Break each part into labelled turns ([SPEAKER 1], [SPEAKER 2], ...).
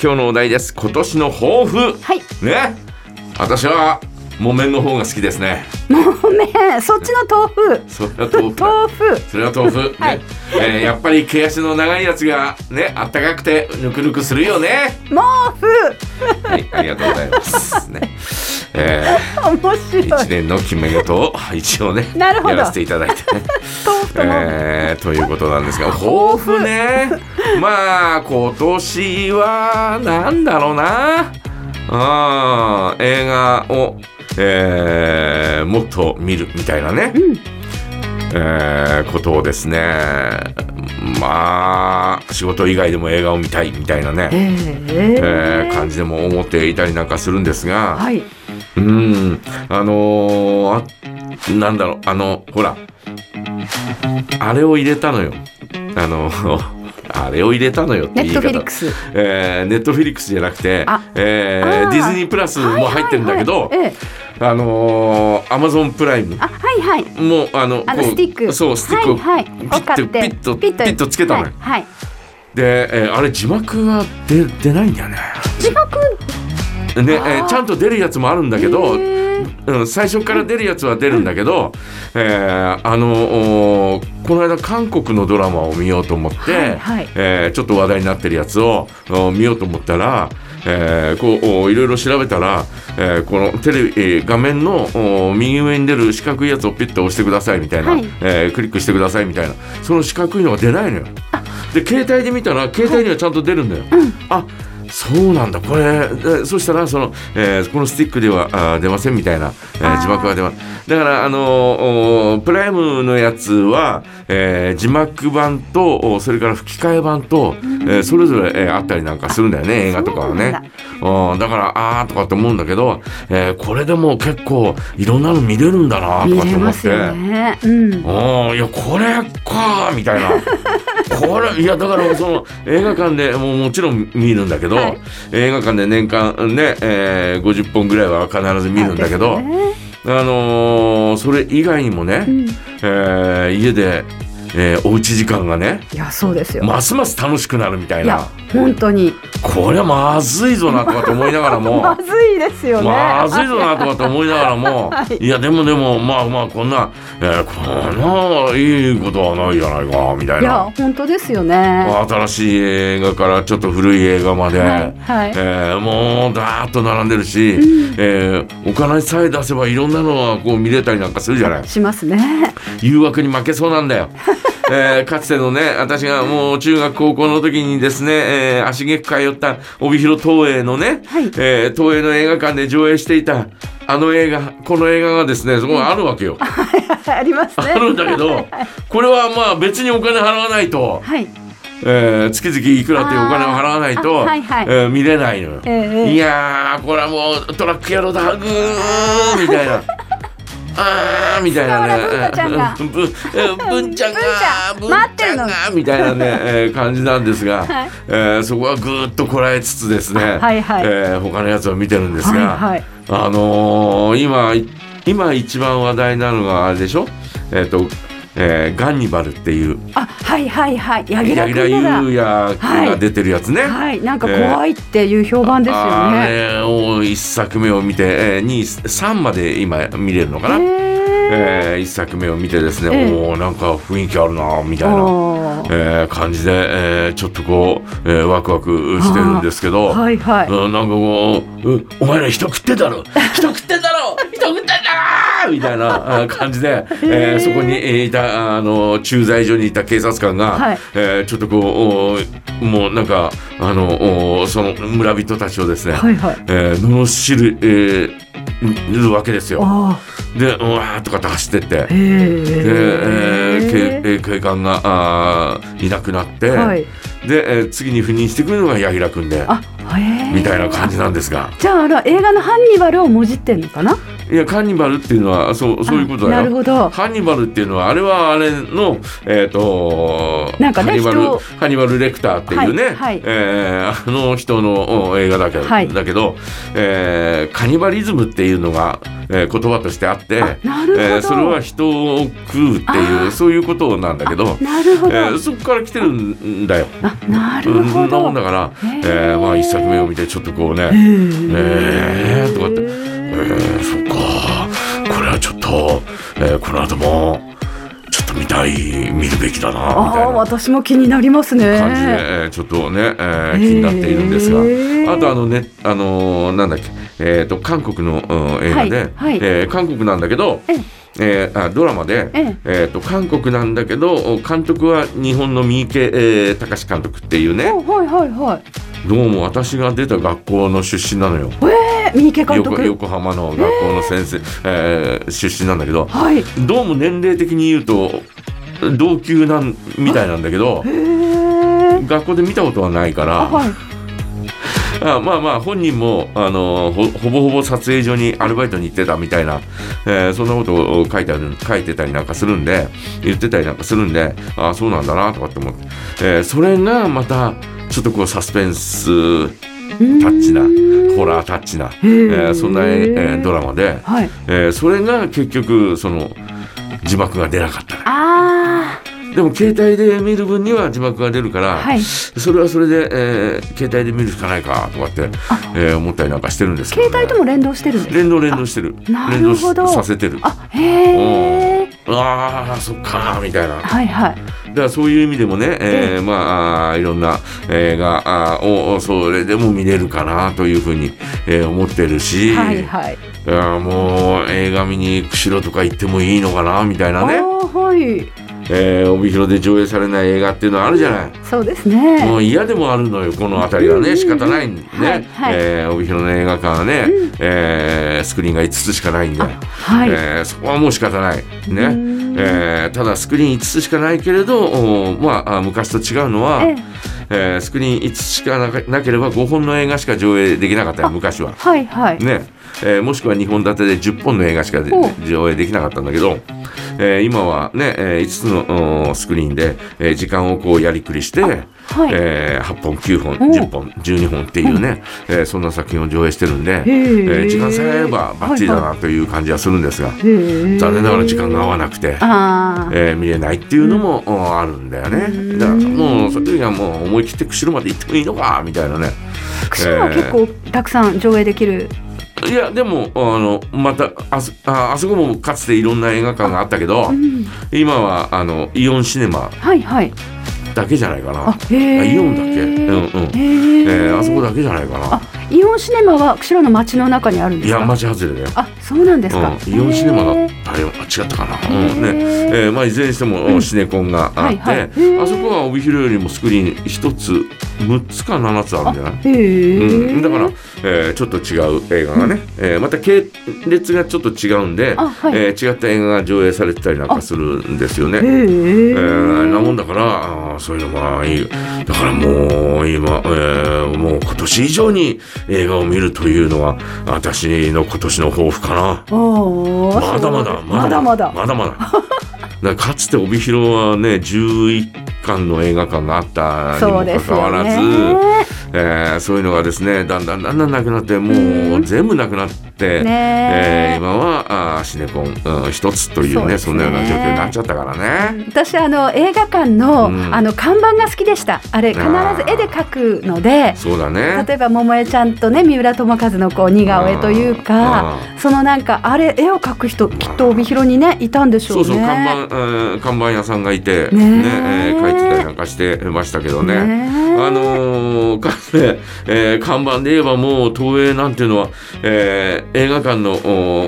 [SPEAKER 1] 今日のお題です今年の抱負
[SPEAKER 2] はい
[SPEAKER 1] ね私は木綿の方が好きですね
[SPEAKER 2] ごめんそっちの豆腐
[SPEAKER 1] それは豆腐だ
[SPEAKER 2] 豆腐
[SPEAKER 1] それは豆腐、
[SPEAKER 2] はい
[SPEAKER 1] ねえーやっぱり毛足の長いやつがねあったかくてぬくぬくするよね
[SPEAKER 2] 毛布
[SPEAKER 1] はいありがとうございますねえ
[SPEAKER 2] 面
[SPEAKER 1] ー、
[SPEAKER 2] 白
[SPEAKER 1] 一
[SPEAKER 2] い
[SPEAKER 1] 年の決め事 を一応ね
[SPEAKER 2] なるほど
[SPEAKER 1] やらせていただいて ね
[SPEAKER 2] 豆腐と毛布
[SPEAKER 1] えーということなんです が抱負ね まあ今年はなんだろうなあー映画を、えーもっと見るみたいなね、えーことをですねまあ仕事以外でも映画を見たいみたいなね、
[SPEAKER 2] え
[SPEAKER 1] え
[SPEAKER 2] え
[SPEAKER 1] ー感じでも思っていたりなんかするんですが、
[SPEAKER 2] はい
[SPEAKER 1] うん、あのーあ、なんだろう、あの、ほら、あれを入れたのよ。あの、 あれを入れたのよって
[SPEAKER 2] ネ
[SPEAKER 1] 言い
[SPEAKER 2] ッ
[SPEAKER 1] 方。
[SPEAKER 2] トフィリックス
[SPEAKER 1] えーネットフィリックスじゃなくて
[SPEAKER 2] あ、
[SPEAKER 1] え
[SPEAKER 2] あ
[SPEAKER 1] ー
[SPEAKER 2] ー
[SPEAKER 1] ディズニープラスも入ってるんだけど、
[SPEAKER 2] はいはいはいええ
[SPEAKER 1] あのーアマゾンプライム
[SPEAKER 2] あはいはい
[SPEAKER 1] もう、あの、
[SPEAKER 2] あの
[SPEAKER 1] こう
[SPEAKER 2] スティック
[SPEAKER 1] そう、スティックを、
[SPEAKER 2] はいはい
[SPEAKER 1] ピッ
[SPEAKER 2] 買
[SPEAKER 1] て、
[SPEAKER 2] っ
[SPEAKER 1] ピ
[SPEAKER 2] て
[SPEAKER 1] ッと、ピッとつけたのよ。
[SPEAKER 2] はいはい
[SPEAKER 1] で、えーあれ字幕が出出ないんだよね。
[SPEAKER 2] 字幕
[SPEAKER 1] ね、え
[SPEAKER 2] あ
[SPEAKER 1] ー
[SPEAKER 2] ー
[SPEAKER 1] ちゃんと出るやつもあるんだけど、
[SPEAKER 2] えー
[SPEAKER 1] うん、最初から出るやつは出るんだけ ど、えーあのおーこの間韓国のドラマを見ようと思って、
[SPEAKER 2] はいはい
[SPEAKER 1] えーちょっと話題になってるやつをお見ようと思ったら、えーこうおいろいろ調べたら、えーこのテレビ、えー画面のお右上に出る四角いやつをピッと押してくださいみたいな、
[SPEAKER 2] はい
[SPEAKER 1] えークリックしてくださいみたいなその四角いのが出ないのよ。で携帯で見たら携帯にはちゃんと出るんだよ。あそうなんだこれえそしたらその、えーこのスティックではあー出ませんみたいな、えー
[SPEAKER 2] あー
[SPEAKER 1] 字幕は出まだからあのーおープライムのやつは、えー字幕版とおーそれから吹き替え版と、えーそれぞれ、えーあったりなんかするんだよね映画とかは
[SPEAKER 2] そう
[SPEAKER 1] ね
[SPEAKER 2] なんだ
[SPEAKER 1] うんだからあーとかって思うんだけど、えーこれでもう結構いろんなの見れるんだなと
[SPEAKER 2] 見
[SPEAKER 1] かって
[SPEAKER 2] れ
[SPEAKER 1] 思
[SPEAKER 2] ま
[SPEAKER 1] っ
[SPEAKER 2] す
[SPEAKER 1] て。
[SPEAKER 2] よねうん
[SPEAKER 1] ああいやこれかみた いなこれいやだからその映画館でもうもちろん見るんだけど、
[SPEAKER 2] はい
[SPEAKER 1] 映画館で年間ね、えー50本ぐらいは必ず見るんだけど、
[SPEAKER 2] そうですね
[SPEAKER 1] あのーそれ以外にもね、
[SPEAKER 2] うん
[SPEAKER 1] えー家で、えーおうち時間がね
[SPEAKER 2] いやそうですよ
[SPEAKER 1] ますます楽しくなるみたい
[SPEAKER 2] いや
[SPEAKER 1] な
[SPEAKER 2] 本当に
[SPEAKER 1] これはまずいぞなとかと思いながらも
[SPEAKER 2] まずいですよね
[SPEAKER 1] まずいぞなとかと思いながらも、
[SPEAKER 2] はいい、
[SPEAKER 1] やでもでもまあまあこんな、えーこんないいことはないじゃないかみたい
[SPEAKER 2] いや
[SPEAKER 1] な
[SPEAKER 2] 本当ですよね
[SPEAKER 1] 新しい映画からちょっと古い映画まで、
[SPEAKER 2] はいはい
[SPEAKER 1] えーもうだーっと並んでるし、えーお金さえ出せばいろんなのはこう見れたりなんかするじゃない
[SPEAKER 2] しますね
[SPEAKER 1] 誘惑に負けそうなんだよ。 えーかつてのね私がもう中学高校の時にですね、えー足げく通った帯広東映のね、
[SPEAKER 2] はい
[SPEAKER 1] えー東映の映画館で上映していたあの映画この映画がですねそこにあるわけよ。
[SPEAKER 2] ありますね
[SPEAKER 1] あるんだけどこれはまあ別にお金払わないと、
[SPEAKER 2] はい
[SPEAKER 1] えー月々いくらっていうお金を払わないと、
[SPEAKER 2] あーあはいはい
[SPEAKER 1] えー見れないのよ。
[SPEAKER 2] ええええ
[SPEAKER 1] いやーこれはもうトラック野郎だぐーみたい な。あーみたいなね。
[SPEAKER 2] ほら文太ちゃんが
[SPEAKER 1] ぶぶ んちゃんが
[SPEAKER 2] 文ちゃん待ってるの
[SPEAKER 1] 文ちゃんがみたいなね、えー感じなんですが、
[SPEAKER 2] はい
[SPEAKER 1] えーそこはぐーっとこらえつつですね、
[SPEAKER 2] はいはい
[SPEAKER 1] えー他のやつを見てるんですが、
[SPEAKER 2] はいはい
[SPEAKER 1] あのー今い今一番話題なのがあれでしょえっ、と、えーガンニバルっていう
[SPEAKER 2] あはいはいはい柳楽
[SPEAKER 1] 柳楽
[SPEAKER 2] 君な
[SPEAKER 1] 優也君が出てるやつね。
[SPEAKER 2] らはいなんか怖いっていう評判ですよ
[SPEAKER 1] あ
[SPEAKER 2] ね
[SPEAKER 1] れを1作目を見て、えー、2、3まで今見れるのかな、え
[SPEAKER 2] ええ
[SPEAKER 1] 1作目を見てですね、
[SPEAKER 2] ええ
[SPEAKER 1] おおーなんか雰囲気あるなみたいな、
[SPEAKER 2] おー
[SPEAKER 1] えー感じで、えーちょっとこう、えーワクワクしてるんですけど、
[SPEAKER 2] はいはい
[SPEAKER 1] うんなんかこうう「お前ら人食ってんだ ろ人食ってんだろ人食ってんだろ!」みたいなあ感じで、えー
[SPEAKER 2] へー
[SPEAKER 1] そこにえーいたあの駐在所にいた警察官が、
[SPEAKER 2] はい
[SPEAKER 1] えーちょっとこうおもうなんかあのおその村人たちをですね、
[SPEAKER 2] はいはい
[SPEAKER 1] えー罵る、えーるわけですよ。
[SPEAKER 2] あ
[SPEAKER 1] で「うわー」とかって走ってって
[SPEAKER 2] ー。
[SPEAKER 1] で、えー
[SPEAKER 2] へ
[SPEAKER 1] けえー警官があーいなくなって、
[SPEAKER 2] はい
[SPEAKER 1] で、えー次に赴任してくるのが柳楽君で
[SPEAKER 2] あへえ
[SPEAKER 1] みたいな感じなんですが。
[SPEAKER 2] じゃああの映画のハンニバルをもじってんのかな
[SPEAKER 1] いやカンニバルっていうのはそうそういうことだよ
[SPEAKER 2] あなるほど
[SPEAKER 1] ハンニバルっていうのはあれはあれのえっ、と
[SPEAKER 2] なんかね
[SPEAKER 1] ハニバル
[SPEAKER 2] 人を
[SPEAKER 1] ハニバルレクターっていうね、
[SPEAKER 2] はいはい
[SPEAKER 1] えーあの人のお映画だけど、
[SPEAKER 2] はい
[SPEAKER 1] だけど、えーカニバリズムっていうのが、えー言葉としてあって
[SPEAKER 2] あなるほど
[SPEAKER 1] えーそれは人を食うってい
[SPEAKER 2] あ
[SPEAKER 1] うそういうことなんだけど、
[SPEAKER 2] なる
[SPEAKER 1] え
[SPEAKER 2] ほど、
[SPEAKER 1] ーそこから来てるんだよ。
[SPEAKER 2] あな
[SPEAKER 1] う
[SPEAKER 2] る
[SPEAKER 1] んそ
[SPEAKER 2] ほ
[SPEAKER 1] んなも
[SPEAKER 2] ど
[SPEAKER 1] んだから、
[SPEAKER 2] へー
[SPEAKER 1] えーまあ、一作目を見てちょっとこうね、
[SPEAKER 2] え
[SPEAKER 1] えーとかってえー、そっかこれはちょっと、えーこの後もちょっと見たい見るべきだなみ
[SPEAKER 2] あ
[SPEAKER 1] た
[SPEAKER 2] あ
[SPEAKER 1] いな
[SPEAKER 2] 私も気になりますね
[SPEAKER 1] 感じで、えーちょっとね、えー気になっているんですが
[SPEAKER 2] へー
[SPEAKER 1] あとあのねあのーなんだっけえー、と韓国の、うん映画で、
[SPEAKER 2] はいはい
[SPEAKER 1] えー韓国なんだけど
[SPEAKER 2] え、
[SPEAKER 1] えーあドラマで、
[SPEAKER 2] ええ
[SPEAKER 1] えー、と韓国なんだけど監督は日本の三池、えー、隆監督っていうね
[SPEAKER 2] おはいはいはい
[SPEAKER 1] どうも私が出た学校の出身なのよ。
[SPEAKER 2] えー、三池監
[SPEAKER 1] 横
[SPEAKER 2] 督
[SPEAKER 1] 横浜の学校の先生、えー出身なんだけど
[SPEAKER 2] はい
[SPEAKER 1] どうも年齢的に言うと同級なんみたいなんだけど
[SPEAKER 2] えー、
[SPEAKER 1] 学校で見たことはないか
[SPEAKER 2] あ
[SPEAKER 1] ら
[SPEAKER 2] はい
[SPEAKER 1] あまあまあ本人もあのほほぼほぼ撮影所にアルバイトに行ってたみたいな、えーそんなことを書いてある書いてたりなんかするんで言ってたりなんかするんでああそうなんだなとかって思って、えーそれがまたちょっとこうサスペンスタッチなホラータッチな、えーそんな、えードラマで。
[SPEAKER 2] はい
[SPEAKER 1] えーそれが結局その字幕が出なかった
[SPEAKER 2] あ
[SPEAKER 1] でも携帯で見る分には字幕が出るから、
[SPEAKER 2] あはい
[SPEAKER 1] それはそれで、えー携帯で見るしかないかとかって、えー思ったりなんかしてるんですけど、
[SPEAKER 2] 携
[SPEAKER 1] ね、
[SPEAKER 2] 帯とも連動してるんです
[SPEAKER 1] 連動連動してる
[SPEAKER 2] な
[SPEAKER 1] 連
[SPEAKER 2] る
[SPEAKER 1] 動し
[SPEAKER 2] ほど
[SPEAKER 1] させてる
[SPEAKER 2] あへえ
[SPEAKER 1] あーそっかーみたいな
[SPEAKER 2] はいはい
[SPEAKER 1] だからそういう意味でもね、えーまああーいろんな映画あーををそれでも見れるかなというふうに、えー思ってるし、
[SPEAKER 2] はいはい
[SPEAKER 1] いやーもう映画見に釧路とか行ってもいいのかなみたい
[SPEAKER 2] あ
[SPEAKER 1] な
[SPEAKER 2] あ
[SPEAKER 1] ね
[SPEAKER 2] ーはい
[SPEAKER 1] えー帯広で上映されない映画っていうのはあるじゃない。
[SPEAKER 2] そうですね
[SPEAKER 1] もう嫌でもあるのよこの辺りは
[SPEAKER 2] うん
[SPEAKER 1] ね仕方ないんでね、
[SPEAKER 2] はいはい
[SPEAKER 1] えー帯広の映画館はね、えースクリーンが5つしかないんで、
[SPEAKER 2] はい、
[SPEAKER 1] えーそこはもう仕方ないね、
[SPEAKER 2] うん
[SPEAKER 1] えーただスクリーン5つしかないけれどおーまああ昔と違うのは、
[SPEAKER 2] ええ
[SPEAKER 1] えースクリーン5つしかなかなければ5本の映画しか上映できなかったよ昔は。
[SPEAKER 2] はいはい、
[SPEAKER 1] ねえーもしくは2本立てで10本の映画しかで
[SPEAKER 2] ほう
[SPEAKER 1] 上映できなかったんだけど、えー今は、ねえ5つのうんスクリーンで、えー時間をこうやりくりして、
[SPEAKER 2] はい
[SPEAKER 1] え8本9本
[SPEAKER 2] お
[SPEAKER 1] 10本12本っていうね、えーそんな作品を上映してるんで、え
[SPEAKER 2] ー
[SPEAKER 1] ー時間さえあればバッチリだなという感じはするんですが、残
[SPEAKER 2] 残
[SPEAKER 1] 念ながら時間が合わなくて。
[SPEAKER 2] ああ
[SPEAKER 1] えー見れないっていうのも、うんあるんだよねだからもうそういう時はもう思い切って釧路まで行ってもいいのかみたいなね
[SPEAKER 2] 釧路は結構たくさん上映できる、
[SPEAKER 1] いやでもあのまたあそああそこもかつていろんな映画館があったけど、
[SPEAKER 2] うん、
[SPEAKER 1] 今はあのイオンシネマ
[SPEAKER 2] はいはい
[SPEAKER 1] だけじゃないか
[SPEAKER 2] あ
[SPEAKER 1] な
[SPEAKER 2] へ
[SPEAKER 1] あ
[SPEAKER 2] え
[SPEAKER 1] イオンだっけうんうん
[SPEAKER 2] へ
[SPEAKER 1] えーあそこ
[SPEAKER 2] だ
[SPEAKER 1] だけじゃないかな
[SPEAKER 2] あイオンシネマは釧路の街の中にあるんで
[SPEAKER 1] い
[SPEAKER 2] すか
[SPEAKER 1] や町外れだよ、
[SPEAKER 2] あそうなんですか、
[SPEAKER 1] うん、イオンシネマだ
[SPEAKER 2] へ
[SPEAKER 1] っ
[SPEAKER 2] ー
[SPEAKER 1] たよあ違ったかな、う
[SPEAKER 2] へ
[SPEAKER 1] ん
[SPEAKER 2] ー
[SPEAKER 1] ねえーまあ、いずれにしても、シネコンがあって、
[SPEAKER 2] はいはいへー
[SPEAKER 1] あそこは帯広よりもスクリーン1つ6つか7つあるんじゃない
[SPEAKER 2] へー
[SPEAKER 1] うん、だから、えーちょっと違う映画がね、えーまた系列がちょっと違うんで、
[SPEAKER 2] あはい
[SPEAKER 1] えー違った映画が上映されてたりなんかするんですよ
[SPEAKER 2] へ
[SPEAKER 1] ね。えーなもんだからあーそういうのがいいだからもう今、えーもう今年以上に映画を見るというのは私の今年の抱負かな。
[SPEAKER 2] おー
[SPEAKER 1] まだまだ
[SPEAKER 2] まだまだ
[SPEAKER 1] まだまだだからかつて帯広はね11巻の映画館があったに
[SPEAKER 2] そう
[SPEAKER 1] も
[SPEAKER 2] で
[SPEAKER 1] か
[SPEAKER 2] す
[SPEAKER 1] かわ
[SPEAKER 2] よ
[SPEAKER 1] らず。
[SPEAKER 2] ね
[SPEAKER 1] えーそういうのがですねだんだんだんだんなくなってもう全部なくなって、えー
[SPEAKER 2] ね
[SPEAKER 1] 今はあーシネコン、うん一つというねそ
[SPEAKER 2] そ
[SPEAKER 1] ん
[SPEAKER 2] うですね
[SPEAKER 1] なような状況になっちゃったからね。
[SPEAKER 2] 私あの映画館の,、
[SPEAKER 1] うん
[SPEAKER 2] あの看板が好きでしたあれ必ず絵で描くので
[SPEAKER 1] そうだね
[SPEAKER 2] 例えば桃江ちゃんとね三浦友和のこう似顔絵というか
[SPEAKER 1] うん
[SPEAKER 2] そのなんかあれ絵を描く人きっと帯広にねいたんでしょう
[SPEAKER 1] そ
[SPEAKER 2] ね。
[SPEAKER 1] うそう看板、えー看板屋さんがいて
[SPEAKER 2] ね
[SPEAKER 1] ね
[SPEAKER 2] え
[SPEAKER 1] えー書いてたりなんかしてましたけどね
[SPEAKER 2] ねえ
[SPEAKER 1] あのーかつて、えー看板で言えばもう東映なんていうのは、えー映画館のお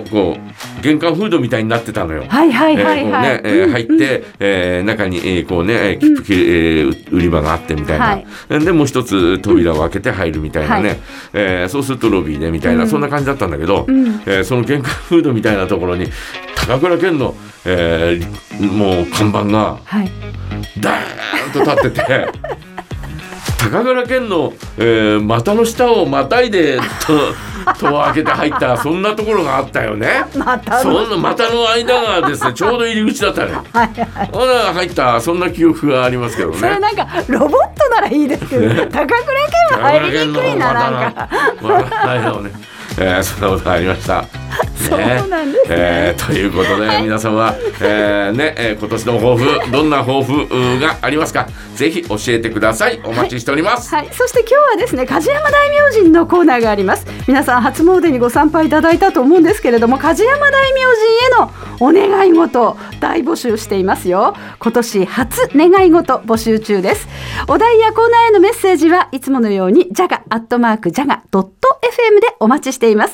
[SPEAKER 1] ーこう玄関フードみたいになってたのよ。
[SPEAKER 2] はいはい
[SPEAKER 1] えー
[SPEAKER 2] はいはい。
[SPEAKER 1] こうね、えー入って、えー中に、えーこうね、えー切符切れ、えー売り場があってみたいな。
[SPEAKER 2] はい
[SPEAKER 1] で、もう一つ扉を開けて入るみたいなね。
[SPEAKER 2] はい
[SPEAKER 1] えーそうするとロビーでみたいな、
[SPEAKER 2] うん
[SPEAKER 1] そんな感じだったんだけど、
[SPEAKER 2] うん
[SPEAKER 1] えーその玄関フードみたいなところに、高倉健の、えーもう看板が、
[SPEAKER 2] はい。
[SPEAKER 1] ダーンと立ってて、酒蔵県の、えー股の下をまたいでと戸を開けて入ったそんなところがあったよね。
[SPEAKER 2] また
[SPEAKER 1] そ
[SPEAKER 2] の
[SPEAKER 1] の股の間がですねちょうど入り口だったね。
[SPEAKER 2] はいはい
[SPEAKER 1] ほら入ったそんな記憶がありますけど
[SPEAKER 2] それ
[SPEAKER 1] ね。
[SPEAKER 2] なんかロボットならいいですけど高倉健は入りにくいななんか
[SPEAKER 1] 笑いをね、えーそんなことがありました。ね
[SPEAKER 2] そうなんですね
[SPEAKER 1] えーということで、皆さんは、えーね、えー今年の抱負、どんな抱負うーがありますか。ぜひ教えてください。お待ちしております。
[SPEAKER 2] はい、そして今日はですね梶山大明神のコーナーがあります皆さん初詣にご参拝いただいたと思うんですけれども梶山大明神へのお願い事を大募集していますよ今年初願い事募集中ですお題やコーナーへのメッセージはいつものようにジャガアットマークジャガ .fm でお待ちしています